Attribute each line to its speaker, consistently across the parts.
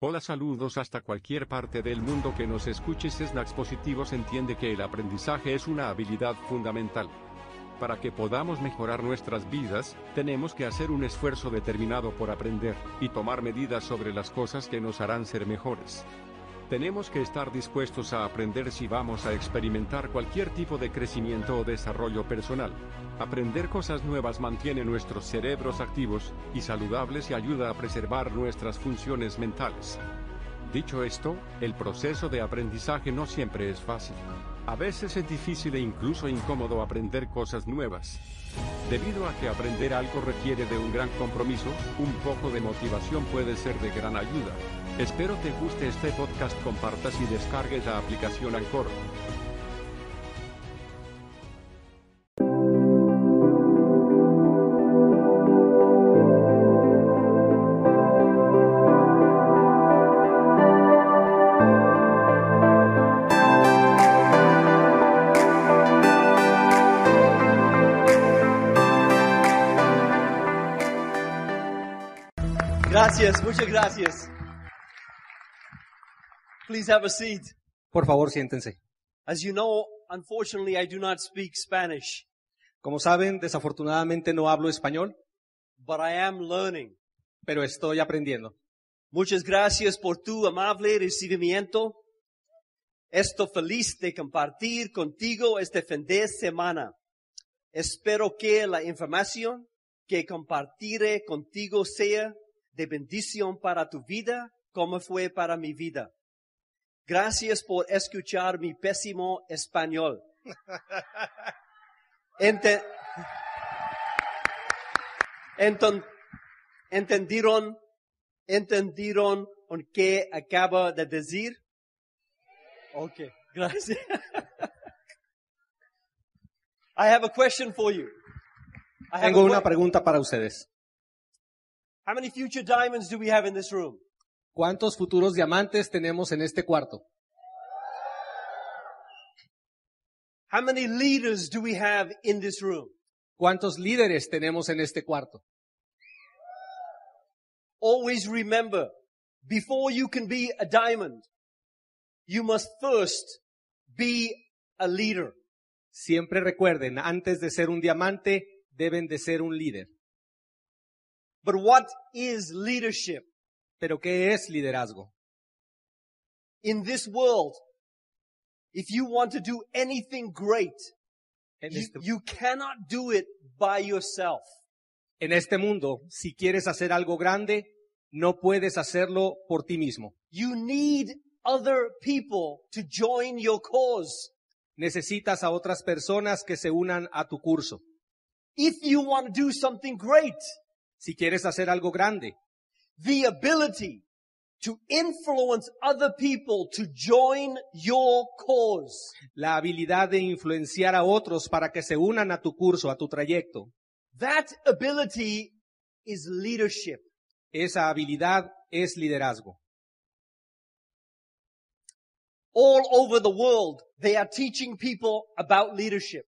Speaker 1: Hola saludos hasta cualquier parte del mundo que nos escuches Snacks Positivos entiende que el aprendizaje es una habilidad fundamental. Para que podamos mejorar nuestras vidas, tenemos que hacer un esfuerzo determinado por aprender, y tomar medidas sobre las cosas que nos harán ser mejores. Tenemos que estar dispuestos a aprender si vamos a experimentar cualquier tipo de crecimiento o desarrollo personal. Aprender cosas nuevas mantiene nuestros cerebros activos y saludables y ayuda a preservar nuestras funciones mentales. Dicho esto, el proceso de aprendizaje no siempre es fácil. A veces es difícil e incluso incómodo aprender cosas nuevas. Debido a que aprender algo requiere de un gran compromiso, un poco de motivación puede ser de gran ayuda. Espero te guste este podcast, compartas y descargues la aplicación Anchor.
Speaker 2: Gracias, muchas gracias. Please have a seat.
Speaker 3: Por favor, siéntense.
Speaker 2: As you know, unfortunately, I do not speak Spanish,
Speaker 3: Como saben, desafortunadamente no hablo español,
Speaker 2: but I am learning.
Speaker 3: pero estoy aprendiendo.
Speaker 2: Muchas gracias por tu amable recibimiento. Estoy feliz de compartir contigo este fin de semana. Espero que la información que compartiré contigo sea de bendición para tu vida como fue para mi vida. Gracias por escuchar mi pésimo español. Ente- Enten- ¿Entendieron ¿Entendieron en qué acaba de decir? Ok, gracias. I have a question for you. I have
Speaker 3: Tengo
Speaker 2: a
Speaker 3: una
Speaker 2: que-
Speaker 3: pregunta para ustedes.
Speaker 2: How many future diamonds do we have in this room?
Speaker 3: ¿Cuántos futuros diamantes tenemos en este cuarto?
Speaker 2: How many leaders do we have in this room?
Speaker 3: ¿Cuántos líderes tenemos en este cuarto?
Speaker 2: Always remember, before you can be a diamond, you must first be a leader.
Speaker 3: Siempre recuerden, antes de ser un diamante, deben de ser un líder.
Speaker 2: But what is leadership?
Speaker 3: Pero ¿qué es liderazgo?
Speaker 2: in this world, if you want to do anything great,
Speaker 3: En
Speaker 2: you,
Speaker 3: este,
Speaker 2: you cannot do it by yourself.
Speaker 3: en este mundo, si quieres hacer algo grande, no puedes hacerlo por ti mismo.
Speaker 2: You need other people to join your cause.
Speaker 3: Necesitas a otras personas que se unan a tu curso.
Speaker 2: If you want to do something great,
Speaker 3: Si quieres hacer algo grande,
Speaker 2: the ability to influence other people to join your cause
Speaker 3: la habilidad de influenciar a otros para que se unan a tu curso, a tu trayecto.
Speaker 2: That ability is leadership.
Speaker 3: Esa habilidad es liderazgo.
Speaker 2: All over the world, they are teaching people about leadership.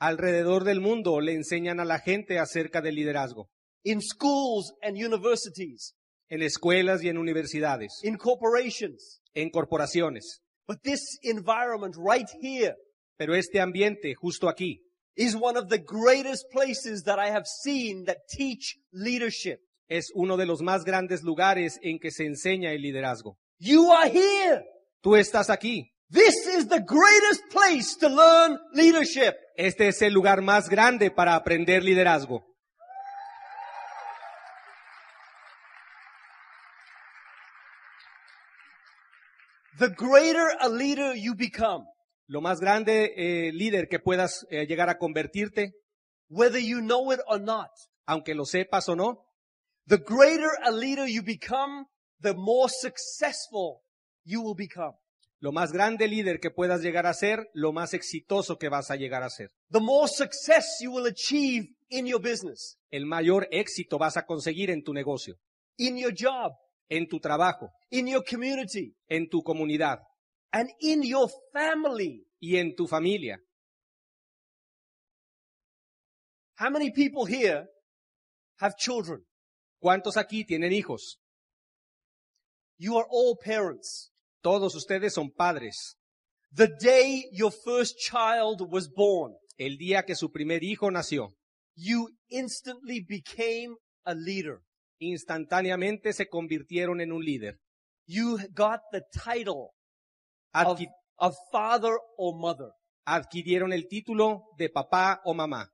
Speaker 3: Alrededor del mundo le enseñan a la gente acerca del liderazgo,
Speaker 2: In schools and universities,
Speaker 3: en escuelas y en universidades,
Speaker 2: in corporations.
Speaker 3: en corporaciones.
Speaker 2: But this environment right here
Speaker 3: Pero este ambiente, justo aquí,
Speaker 2: is one of the greatest places that I have seen that teach leadership.
Speaker 3: es uno de los más grandes lugares en que se enseña el liderazgo.
Speaker 2: You are here.
Speaker 3: Tú estás aquí.
Speaker 2: This is the greatest place to learn leadership.
Speaker 3: Este es el lugar más grande para aprender liderazgo.
Speaker 2: The greater a leader you become,
Speaker 3: Lo más grande eh, líder que puedas eh, llegar a convertirte,
Speaker 2: whether you know it or not,
Speaker 3: aunque lo sepas o no,
Speaker 2: the greater a leader you become, the more successful you will become.
Speaker 3: Lo más grande líder que puedas llegar a ser, lo más exitoso que vas a llegar a ser.
Speaker 2: The more success you will achieve in your business,
Speaker 3: El mayor éxito vas a conseguir en tu negocio,
Speaker 2: in your job,
Speaker 3: en tu trabajo,
Speaker 2: in your community,
Speaker 3: en tu comunidad
Speaker 2: and in your family.
Speaker 3: y en tu familia.
Speaker 2: How many people here have children?
Speaker 3: ¿Cuántos aquí tienen hijos?
Speaker 2: You are all parents.
Speaker 3: Todos ustedes son padres.
Speaker 2: The day your first child was born,
Speaker 3: El día que su primer hijo nació,
Speaker 2: you instantly became a leader.
Speaker 3: instantáneamente se convirtieron en un líder.
Speaker 2: You got the title of,
Speaker 3: Adqui-
Speaker 2: of father or mother.
Speaker 3: adquirieron el título de papá o mamá.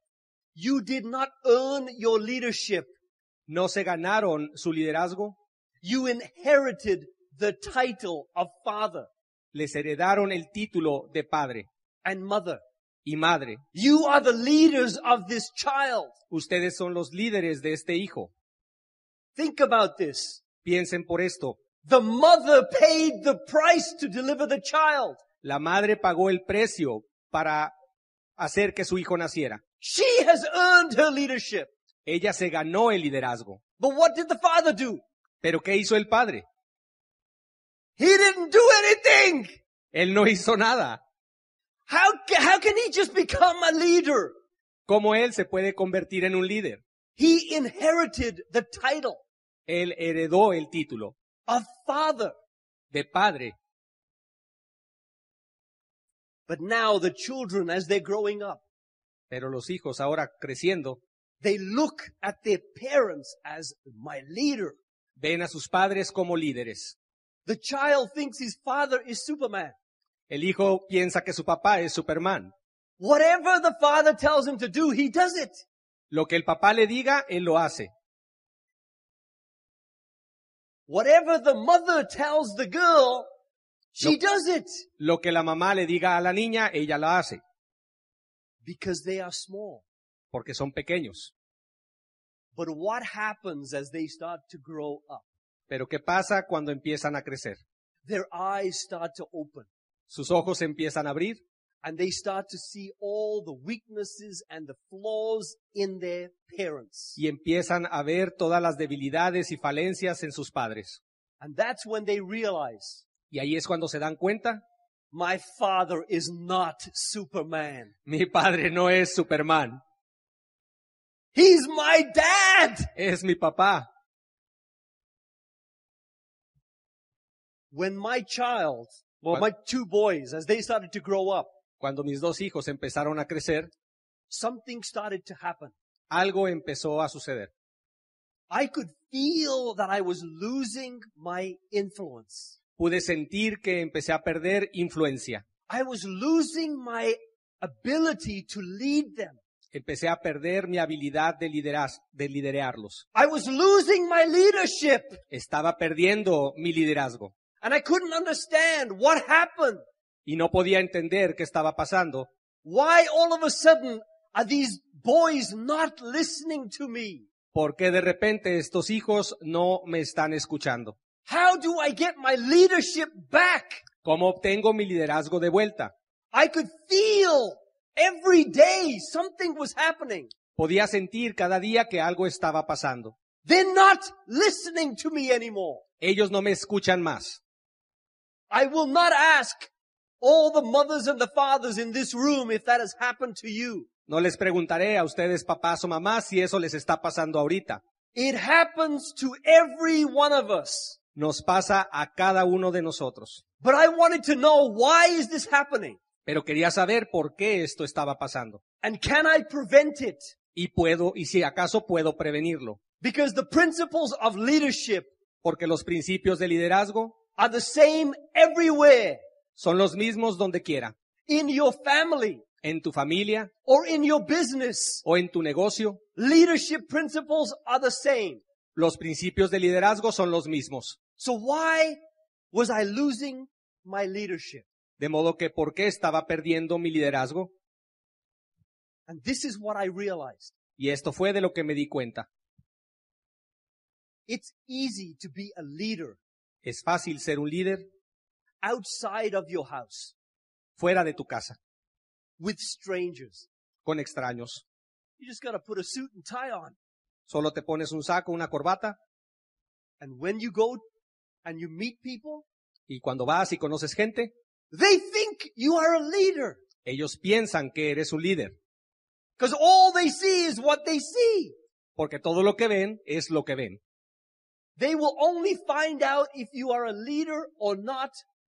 Speaker 2: You did not earn your leadership.
Speaker 3: No se ganaron su liderazgo,
Speaker 2: You inherited the title of father
Speaker 3: les heredaron el título de padre
Speaker 2: and mother.
Speaker 3: y madre.
Speaker 2: You are the leaders of this child.
Speaker 3: Ustedes son los líderes de este hijo.
Speaker 2: Think about this.
Speaker 3: Piensen por esto.
Speaker 2: The mother paid the price to deliver the child.
Speaker 3: La madre pagó el precio para hacer que su hijo naciera.
Speaker 2: She has earned her leadership.
Speaker 3: Ella se ganó el liderazgo.
Speaker 2: But what did the father do?
Speaker 3: Pero ¿qué hizo el padre?
Speaker 2: He didn't do anything.
Speaker 3: Él no hizo nada.
Speaker 2: How, ca- how can he just become a leader?
Speaker 3: ¿Cómo él se puede convertir en un líder?
Speaker 2: He inherited the title
Speaker 3: Él heredó el título
Speaker 2: of father.
Speaker 3: de padre.
Speaker 2: But now the children, as they're growing up,
Speaker 3: Pero los hijos ahora creciendo
Speaker 2: they look at their parents as my leader.
Speaker 3: ven a sus padres como líderes.
Speaker 2: The child thinks his father is Superman.
Speaker 3: El hijo piensa que su papá es Superman.
Speaker 2: Whatever the father tells him to do, he does it.
Speaker 3: Lo que el papá le diga, él lo hace.
Speaker 2: Whatever the mother tells the girl, she
Speaker 3: Nope.
Speaker 2: does it
Speaker 3: Lo que la mamá le diga a la niña, ella lo hace,
Speaker 2: because they are small.
Speaker 3: porque son pequeños.
Speaker 2: But what happens as they start to grow up?
Speaker 3: Pero ¿qué pasa cuando empiezan a crecer?
Speaker 2: Their eyes start to open
Speaker 3: Sus ojos se empiezan a abrir
Speaker 2: and they start to see all the weaknesses and the flaws in their parents.
Speaker 3: y empiezan a ver todas las debilidades y falencias en sus padres.
Speaker 2: And that's when they realize
Speaker 3: Y ahí es cuando se dan cuenta,
Speaker 2: my father is not Superman.
Speaker 3: mi padre no es Superman,
Speaker 2: He's my dad.
Speaker 3: es mi papá.
Speaker 2: When my child, well,
Speaker 3: What?
Speaker 2: my two boys, as they started to grow up,
Speaker 3: Cuando mis dos hijos empezaron a crecer,
Speaker 2: something started to happen.
Speaker 3: algo empezó a suceder.
Speaker 2: I could feel that I was losing my influence.
Speaker 3: Pude sentir que empecé a perder influencia.
Speaker 2: I was losing my ability to lead them.
Speaker 3: empecé a perder mi habilidad de, lideraz- de liderearlos.
Speaker 2: I was losing my leadership
Speaker 3: Estaba perdiendo mi liderazgo
Speaker 2: and I couldn't understand what happened.
Speaker 3: y no podía entender qué estaba pasando.
Speaker 2: Why all of a sudden are these boys not listening to me?
Speaker 3: ¿Por qué de repente estos hijos no me están escuchando?
Speaker 2: How do I get my leadership back?
Speaker 3: ¿Cómo obtengo mi liderazgo de vuelta?
Speaker 2: I could feel every day something was happening.
Speaker 3: Podía sentir cada día que algo estaba pasando.
Speaker 2: They're not listening to me anymore.
Speaker 3: Ellos no me escuchan más.
Speaker 2: I will not ask all the mothers and the fathers in this room if that has happened to you.
Speaker 3: No les preguntaré a ustedes, papás o mamás, si eso les está pasando ahorita.
Speaker 2: It happens to every one of us.
Speaker 3: Nos pasa a cada uno de nosotros.
Speaker 2: But I wanted to know why is this happening?
Speaker 3: Pero quería saber por qué esto estaba pasando.
Speaker 2: And can I prevent it?
Speaker 3: y puedo, y si acaso puedo prevenirlo.
Speaker 2: Because the principles of leadership
Speaker 3: Porque los principios de liderazgo
Speaker 2: are the same everywhere
Speaker 3: son los mismos donde quiera,
Speaker 2: in your family
Speaker 3: en tu familia
Speaker 2: or in your business.
Speaker 3: o en tu negocio,
Speaker 2: Leadership principles are the same.
Speaker 3: los principios de liderazgo son los mismos.
Speaker 2: So why was I losing my leadership?
Speaker 3: De modo que, ¿por qué estaba perdiendo mi liderazgo?
Speaker 2: And this is what I realized.
Speaker 3: Y esto fue de lo que me di cuenta.
Speaker 2: It's easy to be a leader
Speaker 3: Es fácil ser un líder
Speaker 2: outside of your house
Speaker 3: fuera de tu casa,
Speaker 2: with strangers.
Speaker 3: con extraños.
Speaker 2: You just got to put a suit and tie on.
Speaker 3: Solo te pones un saco, una corbata,
Speaker 2: And when you go and you meet people,
Speaker 3: y cuando vas y conoces gente,
Speaker 2: they think you are a leader
Speaker 3: ellos piensan que eres un líder,
Speaker 2: because all they see is what they see.
Speaker 3: porque todo lo que ven es lo que ven.
Speaker 2: They will only find out if you are a leader or not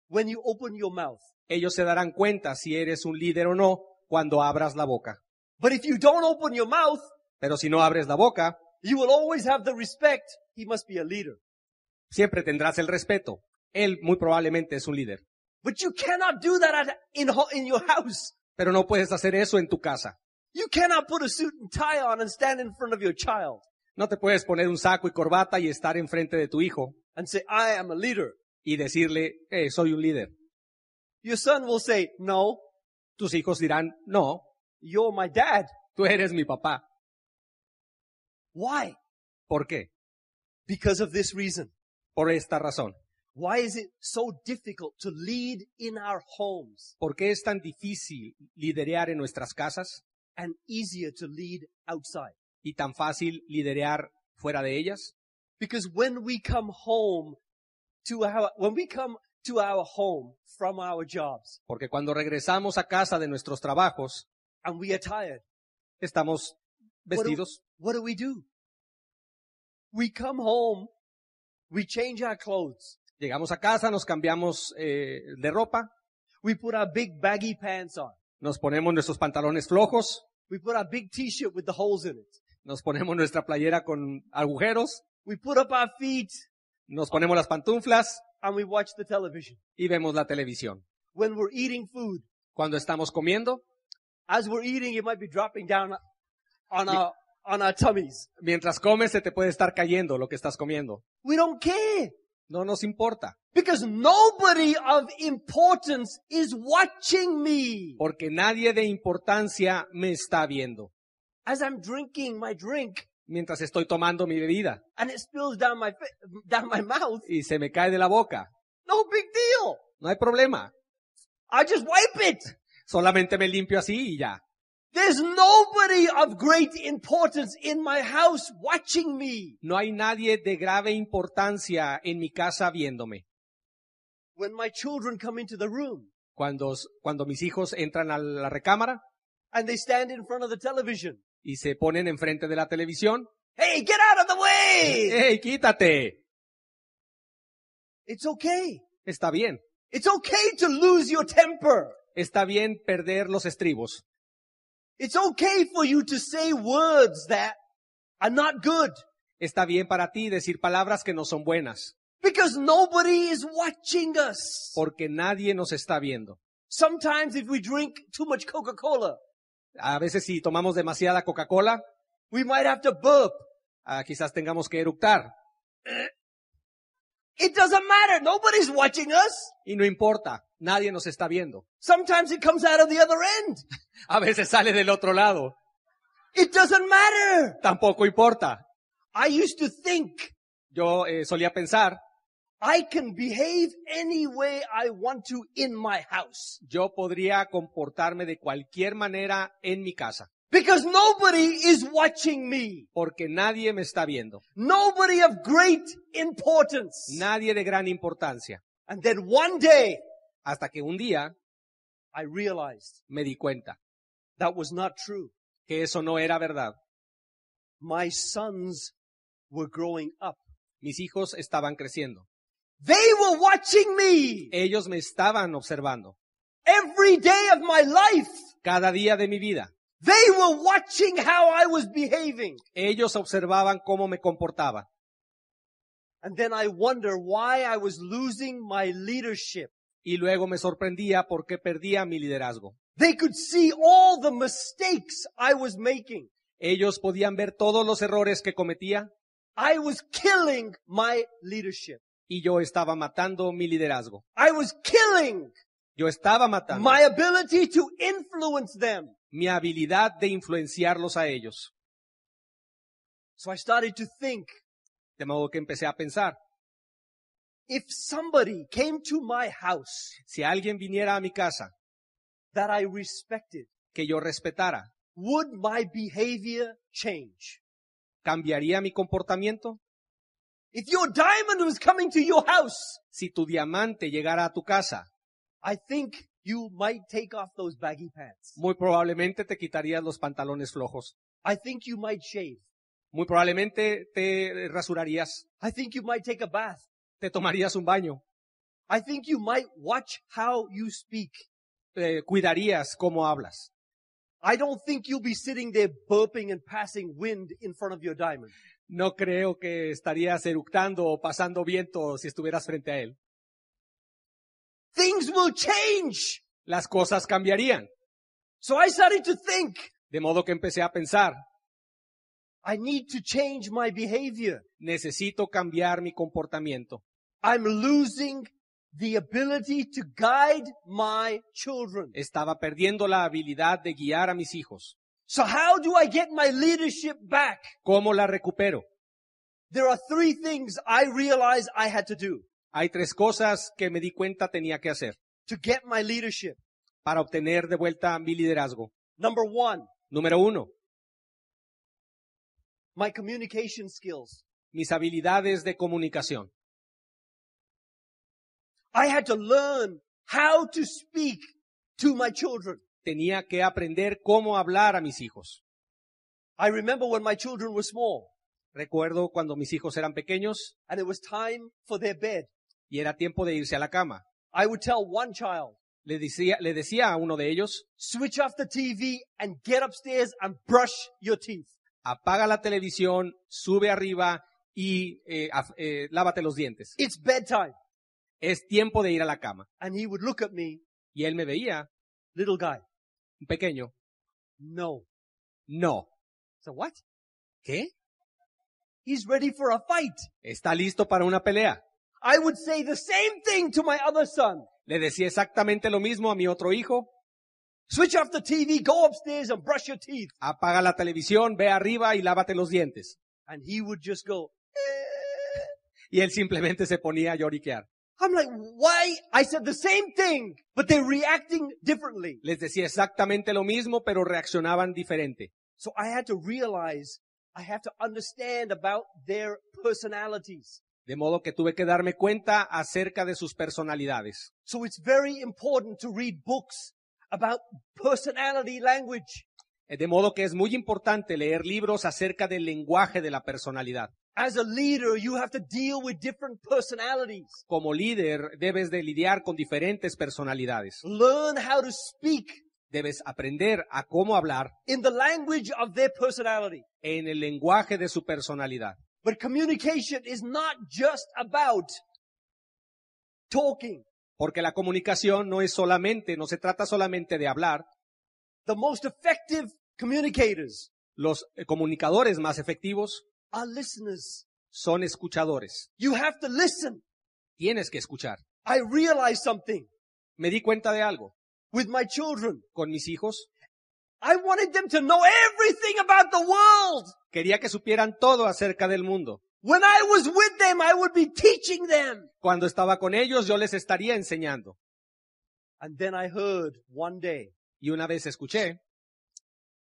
Speaker 2: when you open your mouth.
Speaker 3: Ellos se darán cuenta si eres un líder o no cuando abras la boca.
Speaker 2: But if you don't open your mouth,
Speaker 3: Pero si no abres la boca,
Speaker 2: you will always have the respect. He must be a leader.
Speaker 3: siempre tendrás el respeto. Él muy probablemente es un líder.
Speaker 2: But you cannot do that at, in, ho- in your house.
Speaker 3: Pero no puedes hacer eso en tu casa.
Speaker 2: You cannot put a suit and tie on and stand in front of your child
Speaker 3: No te puedes poner un saco y corbata y estar enfrente de tu hijo
Speaker 2: and say, I am a leader.
Speaker 3: y decirle, "Eh, soy un líder.
Speaker 2: Your son will say, no,
Speaker 3: Tus hijos dirán, no,
Speaker 2: you're my dad.
Speaker 3: tú eres mi papá.
Speaker 2: Why?
Speaker 3: ¿Por qué?
Speaker 2: Because of this reason.
Speaker 3: Por esta razón.
Speaker 2: Why is it so difficult to lead in our homes
Speaker 3: ¿Por qué es tan difícil liderear en nuestras casas
Speaker 2: and easier to lead outside?
Speaker 3: y tan fácil liderear fuera de ellas?
Speaker 2: Because when we come home to our, when we come to our home from our jobs
Speaker 3: Porque cuando regresamos a casa de nuestros trabajos,
Speaker 2: and we are tired,
Speaker 3: estamos
Speaker 2: what do-
Speaker 3: vestidos,
Speaker 2: what do we do? We come home, we change our clothes,
Speaker 3: llegamos a casa, nos cambiamos eh, de ropa,
Speaker 2: we put our big baggy pants on,
Speaker 3: nos ponemos nuestros pantalones flojos,
Speaker 2: we put our big t-shirt with the holes in it,
Speaker 3: nos ponemos nuestra playera con agujeros,
Speaker 2: we put up our feet
Speaker 3: nos ponemos las pantuflas
Speaker 2: and we watch the television.
Speaker 3: y vemos la televisión.
Speaker 2: When we're eating food,
Speaker 3: Cuando estamos comiendo,
Speaker 2: as we're eating, it might be dropping down on our, on our tummies.
Speaker 3: mientras comes se te puede estar cayendo lo que estás comiendo.
Speaker 2: We don't care
Speaker 3: No nos importa,
Speaker 2: because nobody of importance is watching me
Speaker 3: porque nadie de importancia me está viendo.
Speaker 2: as I'm drinking my drink
Speaker 3: Mientras estoy tomando mi bebida
Speaker 2: and it spills down my, fa- down my mouth.
Speaker 3: y se me cae de la boca,
Speaker 2: No big deal.
Speaker 3: no hay problema.
Speaker 2: I just wipe it.
Speaker 3: Solamente me limpio así y ya.
Speaker 2: There's nobody of great importance in my house watching me.
Speaker 3: No hay nadie de grave importancia en mi casa viéndome.
Speaker 2: When my children come into the room
Speaker 3: Cuando, cuando mis hijos entran a la recámara
Speaker 2: and they stand in front of the television.
Speaker 3: y se ponen enfrente de la televisión,
Speaker 2: Hey, get out of the way.
Speaker 3: ¡Ey, quítate!
Speaker 2: It's okay.
Speaker 3: Está bien.
Speaker 2: It's okay to lose your temper.
Speaker 3: Está bien perder los estribos.
Speaker 2: It's okay for you to say words that are not good
Speaker 3: Está bien para ti decir palabras que no son buenas,
Speaker 2: because nobody is watching us.
Speaker 3: porque nadie nos está viendo.
Speaker 2: Sometimes if we drink too much Coca-Cola,
Speaker 3: A veces si tomamos demasiada Coca-Cola,
Speaker 2: we might have to burp.
Speaker 3: ah, quizás tengamos que eructar.
Speaker 2: It doesn't matter. Nobody's watching us.
Speaker 3: Y no importa, nadie nos está viendo.
Speaker 2: Sometimes it comes out of the other end.
Speaker 3: A veces sale del otro lado.
Speaker 2: It doesn't matter.
Speaker 3: Tampoco importa.
Speaker 2: I used to think
Speaker 3: Yo eh, solía pensar,
Speaker 2: I can behave any way I want to in my house
Speaker 3: yo podría comportarme de cualquier manera en mi casa,
Speaker 2: because nobody is watching me.
Speaker 3: porque nadie me está viendo.
Speaker 2: Nobody of great importance.
Speaker 3: Nadie de gran importancia.
Speaker 2: And then one day
Speaker 3: Hasta que un día
Speaker 2: I realized
Speaker 3: me di cuenta
Speaker 2: that was not true.
Speaker 3: que eso no era verdad.
Speaker 2: My sons were growing up.
Speaker 3: Mis hijos estaban creciendo.
Speaker 2: They were watching me
Speaker 3: Ellos me estaban observando.
Speaker 2: every day of my life.
Speaker 3: Cada día de mi vida,
Speaker 2: They were watching how I was behaving.
Speaker 3: ellos observaban cómo me comportaba.
Speaker 2: And then I wonder why I was losing my leadership.
Speaker 3: Y luego me sorprendía porque perdía mi liderazgo.
Speaker 2: They could see all the mistakes I was making.
Speaker 3: Ellos podían ver todos los errores que cometía
Speaker 2: I was killing my leadership.
Speaker 3: y yo estaba matando mi liderazgo.
Speaker 2: I was killing
Speaker 3: Yo estaba matando
Speaker 2: my ability to influence them.
Speaker 3: mi habilidad de influenciarlos a ellos.
Speaker 2: So I started to think
Speaker 3: De modo que empecé a pensar,
Speaker 2: if somebody came to my house
Speaker 3: si alguien viniera a mi casa
Speaker 2: that I respected,
Speaker 3: que yo respetara,
Speaker 2: would my behavior change?
Speaker 3: ¿cambiaría mi comportamiento?
Speaker 2: If your diamond was coming to your house,
Speaker 3: Si tu diamante llegara a tu casa,
Speaker 2: I think you might take off those baggy pants.
Speaker 3: Muy probablemente te quitarías los pantalones flojos.
Speaker 2: I think you might shave.
Speaker 3: Muy probablemente te rasurarías,
Speaker 2: I think you might take a bath.
Speaker 3: te tomarías un baño,
Speaker 2: I think you might watch how you speak.
Speaker 3: eh, cuidarías cómo hablas.
Speaker 2: I don't think you'll be sitting there burping and passing wind in front of your diamond.
Speaker 3: No creo que estarías eructando o pasando viento si estuvieras frente a él.
Speaker 2: Things will change.
Speaker 3: Las cosas cambiarían.
Speaker 2: So I started to think,
Speaker 3: De modo que empecé a pensar,
Speaker 2: I need to change my behavior.
Speaker 3: necesito cambiar mi comportamiento.
Speaker 2: I'm losing the ability to guide my children.
Speaker 3: Estaba perdiendo la habilidad de guiar a mis hijos.
Speaker 2: So how do I get my leadership back?
Speaker 3: ¿Cómo la recupero?
Speaker 2: There are three things I realized I had to do
Speaker 3: Hay tres cosas que me di cuenta tenía que hacer
Speaker 2: to get my leadership.
Speaker 3: para obtener de vuelta mi liderazgo.
Speaker 2: Number one,
Speaker 3: Número uno,
Speaker 2: my communication skills.
Speaker 3: mis habilidades de comunicación.
Speaker 2: I had to learn how to speak to my children.
Speaker 3: Tenía que aprender cómo hablar a mis hijos.
Speaker 2: I remember when my children were small
Speaker 3: Recuerdo cuando mis hijos eran pequeños
Speaker 2: and it was time for their bed.
Speaker 3: y era tiempo de irse a la cama.
Speaker 2: I would tell one child,
Speaker 3: Le decía, le decía a uno de ellos,
Speaker 2: switch off the TV and get upstairs and brush your teeth.
Speaker 3: apaga la televisión, sube arriba y eh, af- eh, lávate los dientes.
Speaker 2: It's bedtime.
Speaker 3: Es tiempo de ir a la cama.
Speaker 2: And he would look at me,
Speaker 3: Y él me veía,
Speaker 2: little guy.
Speaker 3: un pequeño,
Speaker 2: No.
Speaker 3: no.
Speaker 2: So what?
Speaker 3: ¿Qué?
Speaker 2: He's ready for a fight.
Speaker 3: ¿Está listo para una pelea?
Speaker 2: I would say the same thing to my other son.
Speaker 3: Le decía exactamente lo mismo a mi otro hijo.
Speaker 2: Switch off the TV, go upstairs and brush your teeth.
Speaker 3: Apaga la televisión, ve arriba y lávate los dientes.
Speaker 2: And he would just go, "Eh."
Speaker 3: Y él simplemente se ponía a lloriquear.
Speaker 2: I'm like, why? I said the same thing, but they're reacting differently.
Speaker 3: Les decía exactamente lo mismo, pero reaccionaban diferente.
Speaker 2: So I had to realize I have to understand about their personalities.
Speaker 3: De modo que tuve que darme cuenta acerca de sus personalidades.
Speaker 2: So it's very important to read books about personality language.
Speaker 3: Eh, De modo que es muy importante leer libros acerca del lenguaje de la personalidad.
Speaker 2: As a leader, you have to deal with different personalities.
Speaker 3: Como líder debes de lidiar con diferentes personalidades.
Speaker 2: Learn how to speak
Speaker 3: Debes aprender a cómo hablar
Speaker 2: in the language of their personality.
Speaker 3: en el lenguaje de su personalidad.
Speaker 2: But communication is not just about talking.
Speaker 3: Porque la comunicación no es solamente, no se trata solamente de hablar.
Speaker 2: The most effective communicators
Speaker 3: Los eh, comunicadores más efectivos
Speaker 2: are listeners.
Speaker 3: son escuchadores.
Speaker 2: You have to listen.
Speaker 3: Tienes que escuchar.
Speaker 2: I realized something
Speaker 3: Me di cuenta de algo
Speaker 2: with my children.
Speaker 3: con mis hijos.
Speaker 2: I wanted them to know everything about the world.
Speaker 3: Quería que supieran todo acerca del mundo.
Speaker 2: When I was with them, I would be teaching them.
Speaker 3: Cuando estaba con ellos, yo les estaría enseñando.
Speaker 2: And then I heard one day,
Speaker 3: Y una vez escuché,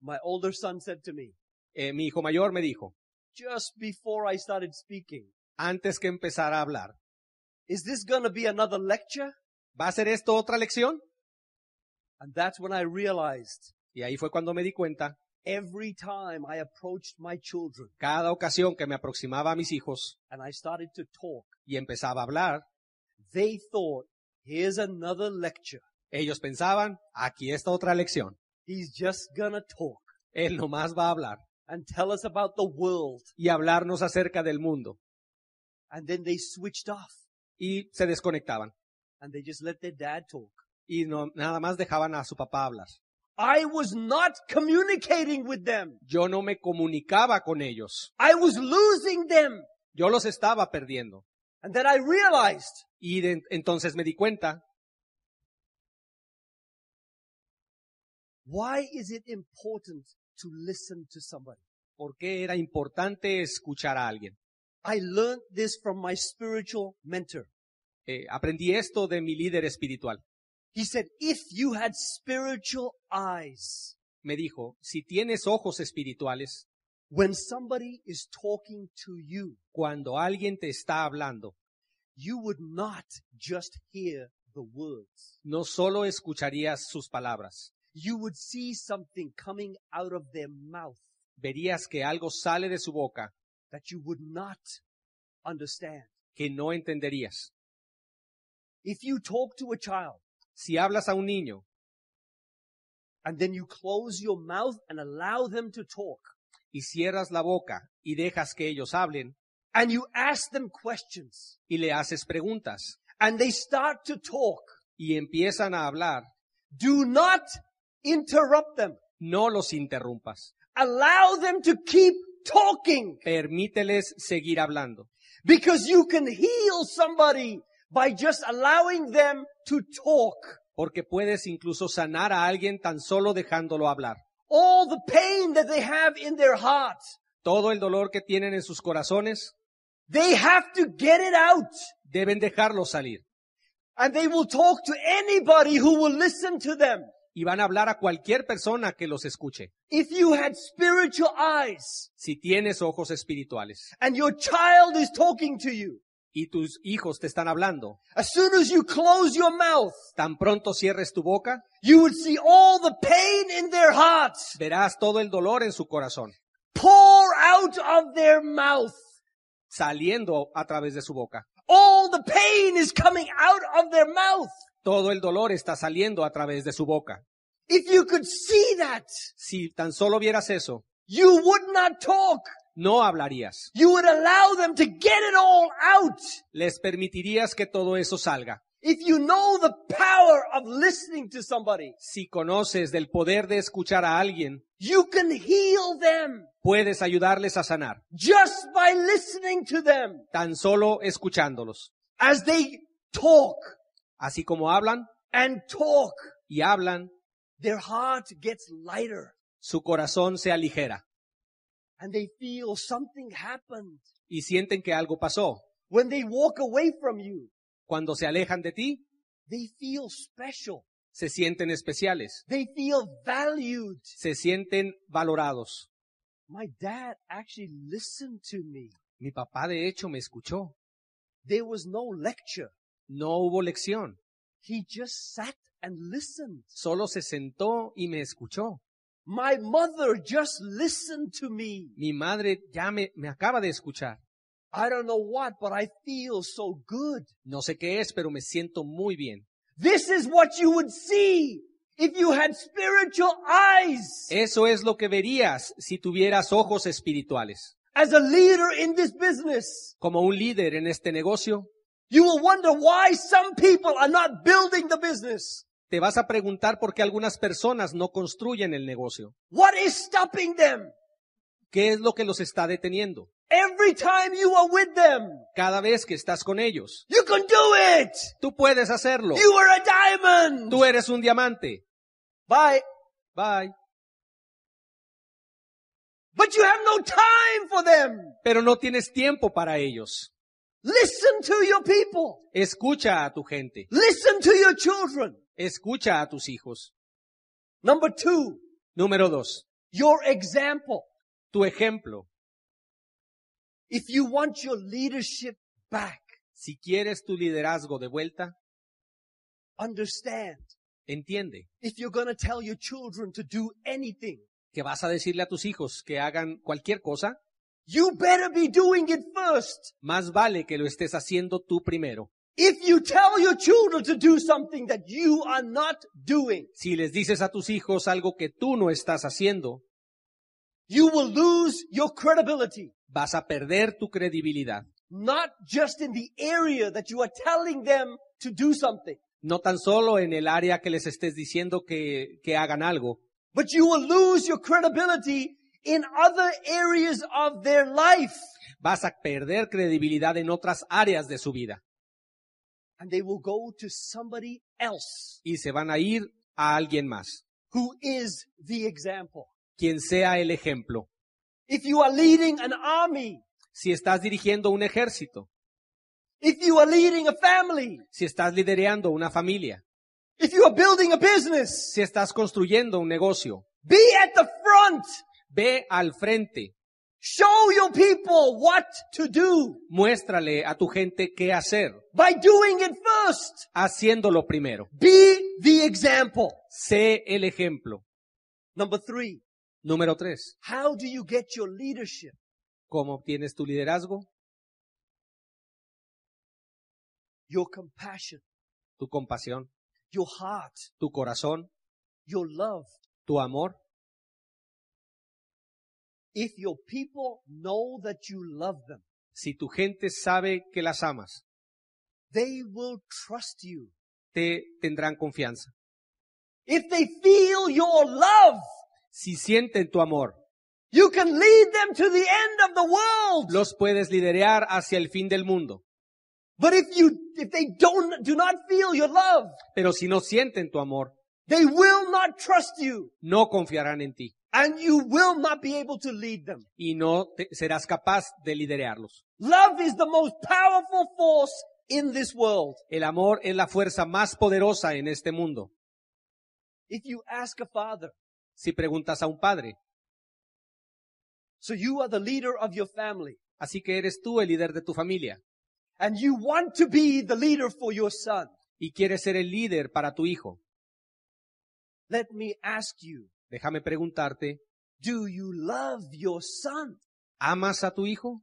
Speaker 2: my older son said to me,
Speaker 3: eh, mi hijo mayor me dijo,
Speaker 2: just before I started speaking,
Speaker 3: antes que empezara a hablar,
Speaker 2: is this going to be another lecture?
Speaker 3: ¿va a ser esto otra lección?
Speaker 2: And that's when I realized
Speaker 3: Y ahí fue cuando me di cuenta,
Speaker 2: every time I approached my children
Speaker 3: cada ocasión que me aproximaba a mis hijos
Speaker 2: and I started to talk,
Speaker 3: y empezaba a hablar,
Speaker 2: they thought, here's another lecture.
Speaker 3: ellos pensaban, aquí está otra lección.
Speaker 2: He's just going to talk
Speaker 3: Él nomás va a hablar
Speaker 2: and tell us about the world.
Speaker 3: y hablarnos acerca del mundo.
Speaker 2: And then they switched off
Speaker 3: Y se desconectaban
Speaker 2: and they just let their dad talk.
Speaker 3: y no, nada más dejaban a su papá hablar.
Speaker 2: I was not communicating with them.
Speaker 3: Yo no me comunicaba con ellos,
Speaker 2: I was losing them.
Speaker 3: yo los estaba perdiendo.
Speaker 2: And then I realized
Speaker 3: Y de- entonces me di cuenta
Speaker 2: why is it important to listen to somebody?
Speaker 3: por qué era importante escuchar a alguien.
Speaker 2: I learned this from my spiritual mentor.
Speaker 3: Eh, aprendí esto de mi líder espiritual.
Speaker 2: He said, if you had spiritual eyes,
Speaker 3: Me dijo, si tienes ojos espirituales,
Speaker 2: when somebody is talking to you,
Speaker 3: cuando alguien te está hablando,
Speaker 2: you would not just hear the words.
Speaker 3: no solo escucharías sus palabras,
Speaker 2: You would see something coming out of their mouth.
Speaker 3: verías que algo sale de su boca
Speaker 2: that you would not understand.
Speaker 3: que no entenderías.
Speaker 2: If you talk to a child
Speaker 3: Si hablas a un niño
Speaker 2: and then you close your mouth and allow them to talk
Speaker 3: y cierras la boca y dejas que ellos hablen
Speaker 2: and you ask them questions
Speaker 3: y le haces preguntas
Speaker 2: and they start to talk,
Speaker 3: y empiezan a hablar,
Speaker 2: do not interrupt them.
Speaker 3: no los interrumpas.
Speaker 2: Allow them to keep talking
Speaker 3: Permíteles seguir hablando.
Speaker 2: because you can heal somebody by just allowing them to talk.
Speaker 3: porque puedes incluso sanar a alguien tan solo dejándolo hablar.
Speaker 2: All the pain that they have in their heart,
Speaker 3: Todo el dolor que tienen en sus corazones
Speaker 2: they have to get it out
Speaker 3: deben dejarlo salir
Speaker 2: and they will talk to anybody who will listen to them.
Speaker 3: y van a hablar a cualquier persona que los escuche.
Speaker 2: If you had spiritual eyes
Speaker 3: Si tienes ojos espirituales
Speaker 2: and your child is talking to you,
Speaker 3: y tus hijos te están hablando,
Speaker 2: as soon as you close your mouth,
Speaker 3: tan pronto cierres tu boca,
Speaker 2: you would see all the pain in their hearts
Speaker 3: verás todo el dolor en su corazón
Speaker 2: pour out of their mouth.
Speaker 3: saliendo a través de su boca.
Speaker 2: All the pain is coming out of their mouth.
Speaker 3: Todo el dolor está saliendo a través de su boca.
Speaker 2: If you could see that,
Speaker 3: Si tan solo vieras eso,
Speaker 2: you would not talk.
Speaker 3: no hablarías.
Speaker 2: You would allow them to get it all out.
Speaker 3: Les permitirías que todo eso salga.
Speaker 2: If you know the power of listening to somebody,
Speaker 3: Si conoces del poder de escuchar a alguien,
Speaker 2: you can heal them
Speaker 3: puedes ayudarles a sanar,
Speaker 2: just by listening to them
Speaker 3: tan solo escuchándolos.
Speaker 2: as they talk
Speaker 3: Así como hablan
Speaker 2: and talk.
Speaker 3: y hablan,
Speaker 2: Their heart gets lighter
Speaker 3: su corazón se aligera
Speaker 2: and they feel something happened.
Speaker 3: y sienten que algo pasó.
Speaker 2: When they walk away from you,
Speaker 3: Cuando se alejan de ti,
Speaker 2: they feel special.
Speaker 3: se sienten especiales,
Speaker 2: They feel valued.
Speaker 3: se sienten valorados.
Speaker 2: My dad actually listened to me.
Speaker 3: Mi papá de hecho me escuchó.
Speaker 2: There was no lecture.
Speaker 3: No hubo lección,
Speaker 2: He just sat and listened.
Speaker 3: solo se sentó y me escuchó.
Speaker 2: My mother just listened to me.
Speaker 3: Mi madre ya me, me acaba de escuchar.
Speaker 2: I don't know what, but I feel so good.
Speaker 3: No sé qué es, pero me siento muy bien.
Speaker 2: This is what you would see if you had spiritual eyes
Speaker 3: Eso es lo que verías si tuvieras ojos espirituales.
Speaker 2: as a leader in this business.
Speaker 3: Como un líder en este negocio,
Speaker 2: You will wonder why some people are not building the business.
Speaker 3: te vas a preguntar por qué algunas personas no construyen el negocio.
Speaker 2: What is stopping them?
Speaker 3: ¿Qué es lo que los está deteniendo?
Speaker 2: Every time you are with them,
Speaker 3: Cada vez que estás con ellos,
Speaker 2: you can do it.
Speaker 3: tú puedes hacerlo.
Speaker 2: You are a diamond.
Speaker 3: Tú eres un diamante.
Speaker 2: Bye.
Speaker 3: Bye.
Speaker 2: But you have no time for them.
Speaker 3: Pero no tienes tiempo para ellos.
Speaker 2: Listen to your people.
Speaker 3: Escucha a tu gente.
Speaker 2: Listen to your children.
Speaker 3: Escucha a tus hijos.
Speaker 2: Number two,
Speaker 3: Número dos,
Speaker 2: your example.
Speaker 3: tu ejemplo.
Speaker 2: If you want your leadership back,
Speaker 3: Si quieres tu liderazgo de vuelta,
Speaker 2: understand.
Speaker 3: entiende
Speaker 2: If you're going to tell your children to do anything,
Speaker 3: que vas a decirle a tus hijos que hagan cualquier cosa,
Speaker 2: you better be doing it first.
Speaker 3: más vale que lo estés haciendo tú primero.
Speaker 2: If you tell your children to do something that you are not doing,
Speaker 3: Si les dices a tus hijos algo que tú no estás haciendo,
Speaker 2: you will lose your credibility.
Speaker 3: vas a perder tu credibilidad.
Speaker 2: Not just in the area that you are telling them to do something.
Speaker 3: No tan solo en el área que les estés diciendo que, que hagan algo,
Speaker 2: But you will lose your credibility in other areas of their life.
Speaker 3: vas a perder credibilidad en otras áreas de su vida
Speaker 2: And they will go to somebody else
Speaker 3: y se van a ir a alguien más,
Speaker 2: who is the example.
Speaker 3: quien sea el ejemplo.
Speaker 2: If you are leading an army,
Speaker 3: Si estás dirigiendo un ejército,
Speaker 2: if you are leading a family,
Speaker 3: si estás lidereando una familia,
Speaker 2: if you are building a business,
Speaker 3: si estás construyendo un negocio,
Speaker 2: be at the front.
Speaker 3: ve al frente,
Speaker 2: Show your people what to do
Speaker 3: muéstrale a tu gente qué hacer,
Speaker 2: by doing it first.
Speaker 3: haciéndolo primero.
Speaker 2: Be the example.
Speaker 3: Sé el ejemplo.
Speaker 2: Number three,
Speaker 3: Número tres,
Speaker 2: How do you get your leadership?
Speaker 3: ¿cómo obtienes tu liderazgo?
Speaker 2: Your compassion,
Speaker 3: Tu compasión,
Speaker 2: your heart,
Speaker 3: tu corazón,
Speaker 2: your love.
Speaker 3: tu amor.
Speaker 2: If your people know that you love them,
Speaker 3: Si tu gente sabe que las amas,
Speaker 2: they will trust you.
Speaker 3: te tendrán confianza.
Speaker 2: If they feel your love,
Speaker 3: Si sienten tu amor,
Speaker 2: you can lead them to the end of the world.
Speaker 3: los puedes liderar hacia el fin del mundo.
Speaker 2: But if you, if they don't, do not feel your love,
Speaker 3: Pero si no sienten tu amor,
Speaker 2: they will not trust you
Speaker 3: no confiarán en ti
Speaker 2: and you will not be able to lead them.
Speaker 3: y no te- serás capaz de liderarlos.
Speaker 2: Love is the most powerful force in this world.
Speaker 3: El amor es la fuerza más poderosa en este mundo.
Speaker 2: If you ask a father,
Speaker 3: Si preguntas a un padre,
Speaker 2: so you are the leader of your family
Speaker 3: así que eres tú el líder de tu familia
Speaker 2: and you want to be the leader for your son,
Speaker 3: y quieres ser el líder para tu hijo,
Speaker 2: let me ask you,
Speaker 3: déjame preguntarte,
Speaker 2: do you love your son?
Speaker 3: ¿amas a tu hijo?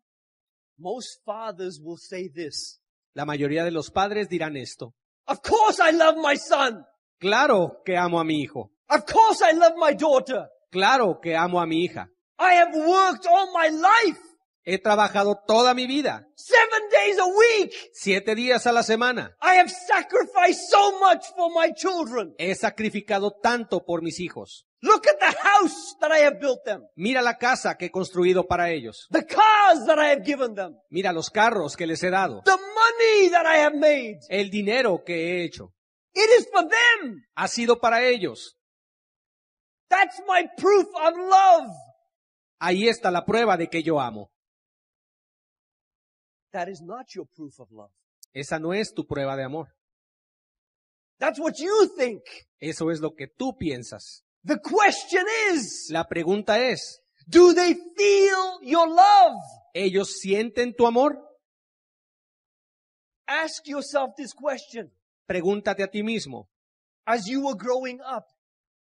Speaker 2: Most fathers will say this.
Speaker 3: La mayoría de los padres dirán esto.
Speaker 2: Of course I love my son.
Speaker 3: Claro que amo a mi hijo.
Speaker 2: Of course I love my daughter.
Speaker 3: Claro que amo a mi hija.
Speaker 2: I have worked all my life,
Speaker 3: He trabajado toda mi vida,
Speaker 2: seven days a week.
Speaker 3: siete días a la semana.
Speaker 2: I have sacrificed so much for my children.
Speaker 3: He sacrificado tanto por mis hijos.
Speaker 2: Look at the house that I have built them,
Speaker 3: Mira la casa que he construido para ellos.
Speaker 2: the cars that I have given them,
Speaker 3: Mira los carros que les he dado.
Speaker 2: the money that I have made.
Speaker 3: El dinero que he hecho.
Speaker 2: It is for them.
Speaker 3: Ha sido para ellos.
Speaker 2: That's my proof of love.
Speaker 3: Ahí está la prueba de que yo amo.
Speaker 2: That is not your proof of love.
Speaker 3: Esa no es tu prueba de amor.
Speaker 2: That's what you think.
Speaker 3: Eso es lo que tú piensas.
Speaker 2: The question is,
Speaker 3: La pregunta es,
Speaker 2: do they feel your love?
Speaker 3: ¿ellos sienten tu amor?
Speaker 2: Ask yourself this question
Speaker 3: Pregúntate a ti mismo,
Speaker 2: as you were growing up.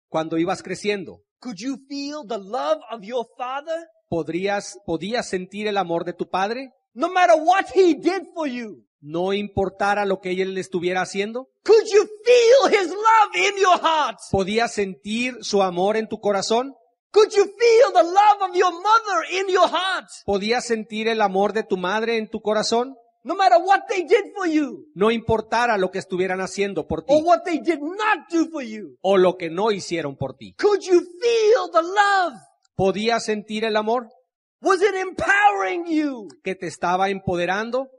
Speaker 3: cuando ibas creciendo,
Speaker 2: Could you feel the love of your father?
Speaker 3: ¿podrías, podías sentir el amor de tu padre?
Speaker 2: No matter what he did for you,
Speaker 3: ¿No importara lo que él le estuviera haciendo?
Speaker 2: could you feel his love in your heart?
Speaker 3: ¿Podías sentir su amor en tu corazón?
Speaker 2: Could you feel the love of your mother in your heart?
Speaker 3: ¿Podías sentir el amor de tu madre en tu corazón?
Speaker 2: No matter what they did for you
Speaker 3: No importara lo que estuvieran haciendo por ti
Speaker 2: or what they did not do for you.
Speaker 3: o lo que no hicieron por ti.
Speaker 2: Could you feel the love?
Speaker 3: ¿Podías sentir el amor
Speaker 2: Was it empowering you?
Speaker 3: que te estaba empoderando?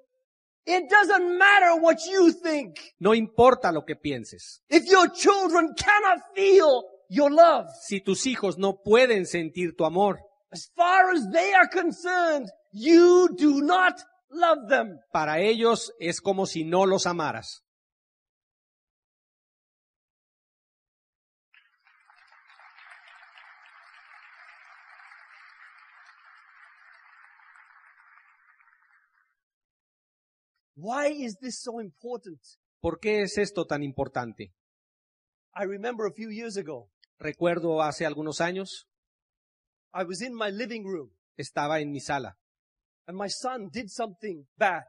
Speaker 2: It doesn't matter what you think.
Speaker 3: No importa lo que pienses.
Speaker 2: If your children cannot feel your love,
Speaker 3: Si tus hijos no pueden sentir tu amor,
Speaker 2: as far as they are concerned, you do not love them.
Speaker 3: para ellos es como si no los amaras.
Speaker 2: Why is this so important?
Speaker 3: ¿Por qué es esto tan importante?
Speaker 2: I remember a few years ago,
Speaker 3: Recuerdo hace algunos años,
Speaker 2: I was in my living room
Speaker 3: estaba en mi sala
Speaker 2: and my son did something bad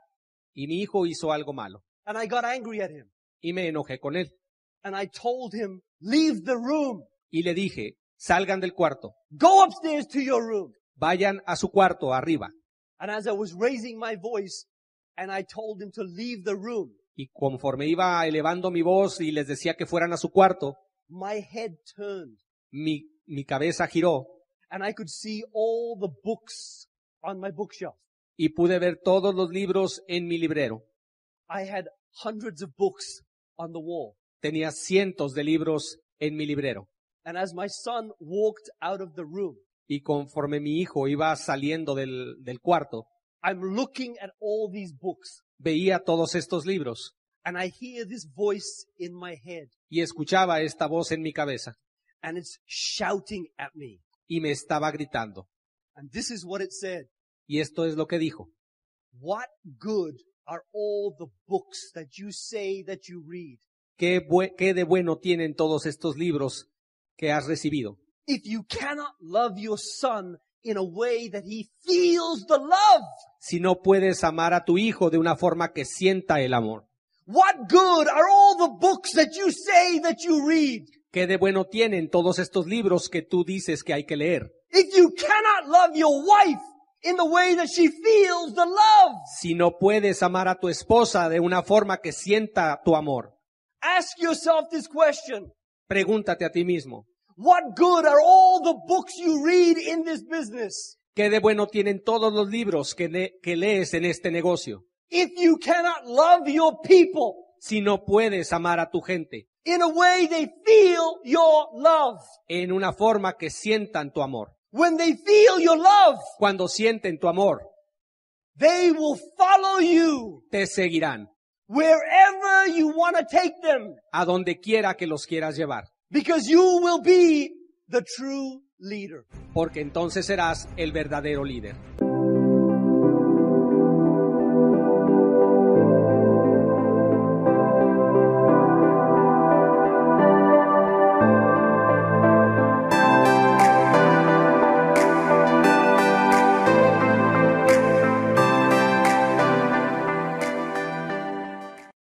Speaker 3: y mi hijo hizo algo malo
Speaker 2: and I got angry at him
Speaker 3: y me enojé con él
Speaker 2: and I told him, leave the room,
Speaker 3: y le dije, salgan del cuarto,
Speaker 2: go upstairs to your room.
Speaker 3: vayan a su cuarto arriba.
Speaker 2: And as I was raising my voice and I told him to leave the room,
Speaker 3: Y conforme iba elevando mi voz y les decía que fueran a su cuarto,
Speaker 2: my head turned
Speaker 3: mi, mi cabeza giró
Speaker 2: and I could see all the books on my bookshelf.
Speaker 3: y pude ver todos los libros en mi librero.
Speaker 2: I had hundreds of books on the wall.
Speaker 3: Tenía cientos de libros en mi librero.
Speaker 2: And as my son walked out of the room,
Speaker 3: Y conforme mi hijo iba saliendo del, del cuarto,
Speaker 2: I'm looking at all these books
Speaker 3: veía todos estos libros
Speaker 2: and I hear this voice in my head
Speaker 3: y escuchaba esta voz en mi cabeza
Speaker 2: and it's shouting at me.
Speaker 3: y me estaba gritando.
Speaker 2: And this is what it said.
Speaker 3: Y esto es lo que dijo.
Speaker 2: What good are all the books that you say that you read
Speaker 3: ¿Qué, bue- qué de bueno tienen todos estos libros que has recibido
Speaker 2: If you cannot love your son in a way that he feels the love,
Speaker 3: si no puedes amar a tu hijo de una forma que sienta el amor?
Speaker 2: what good are all the books that you say that you read?
Speaker 3: ¿Qué de bueno tienen todos estos libros que tú dices que hay que leer?
Speaker 2: If you cannot love your wife in the way that she feels the love,
Speaker 3: Si no puedes amar a tu esposa de una forma que sienta tu amor,
Speaker 2: ask yourself this question.
Speaker 3: pregúntate a ti mismo,
Speaker 2: What good are all the books you read in this business
Speaker 3: ¿qué de bueno tienen todos los libros que, le- que lees en este negocio?
Speaker 2: if you cannot love your people
Speaker 3: Si no puedes amar a tu gente
Speaker 2: in a way they feel your love?
Speaker 3: en una forma que sientan tu amor,
Speaker 2: When they feel your love,
Speaker 3: cuando sienten tu amor,
Speaker 2: they will follow you
Speaker 3: te seguirán
Speaker 2: wherever you want to take them
Speaker 3: a donde quiera que los quieras llevar,
Speaker 2: because you will be the true leader.
Speaker 3: porque entonces serás el verdadero líder.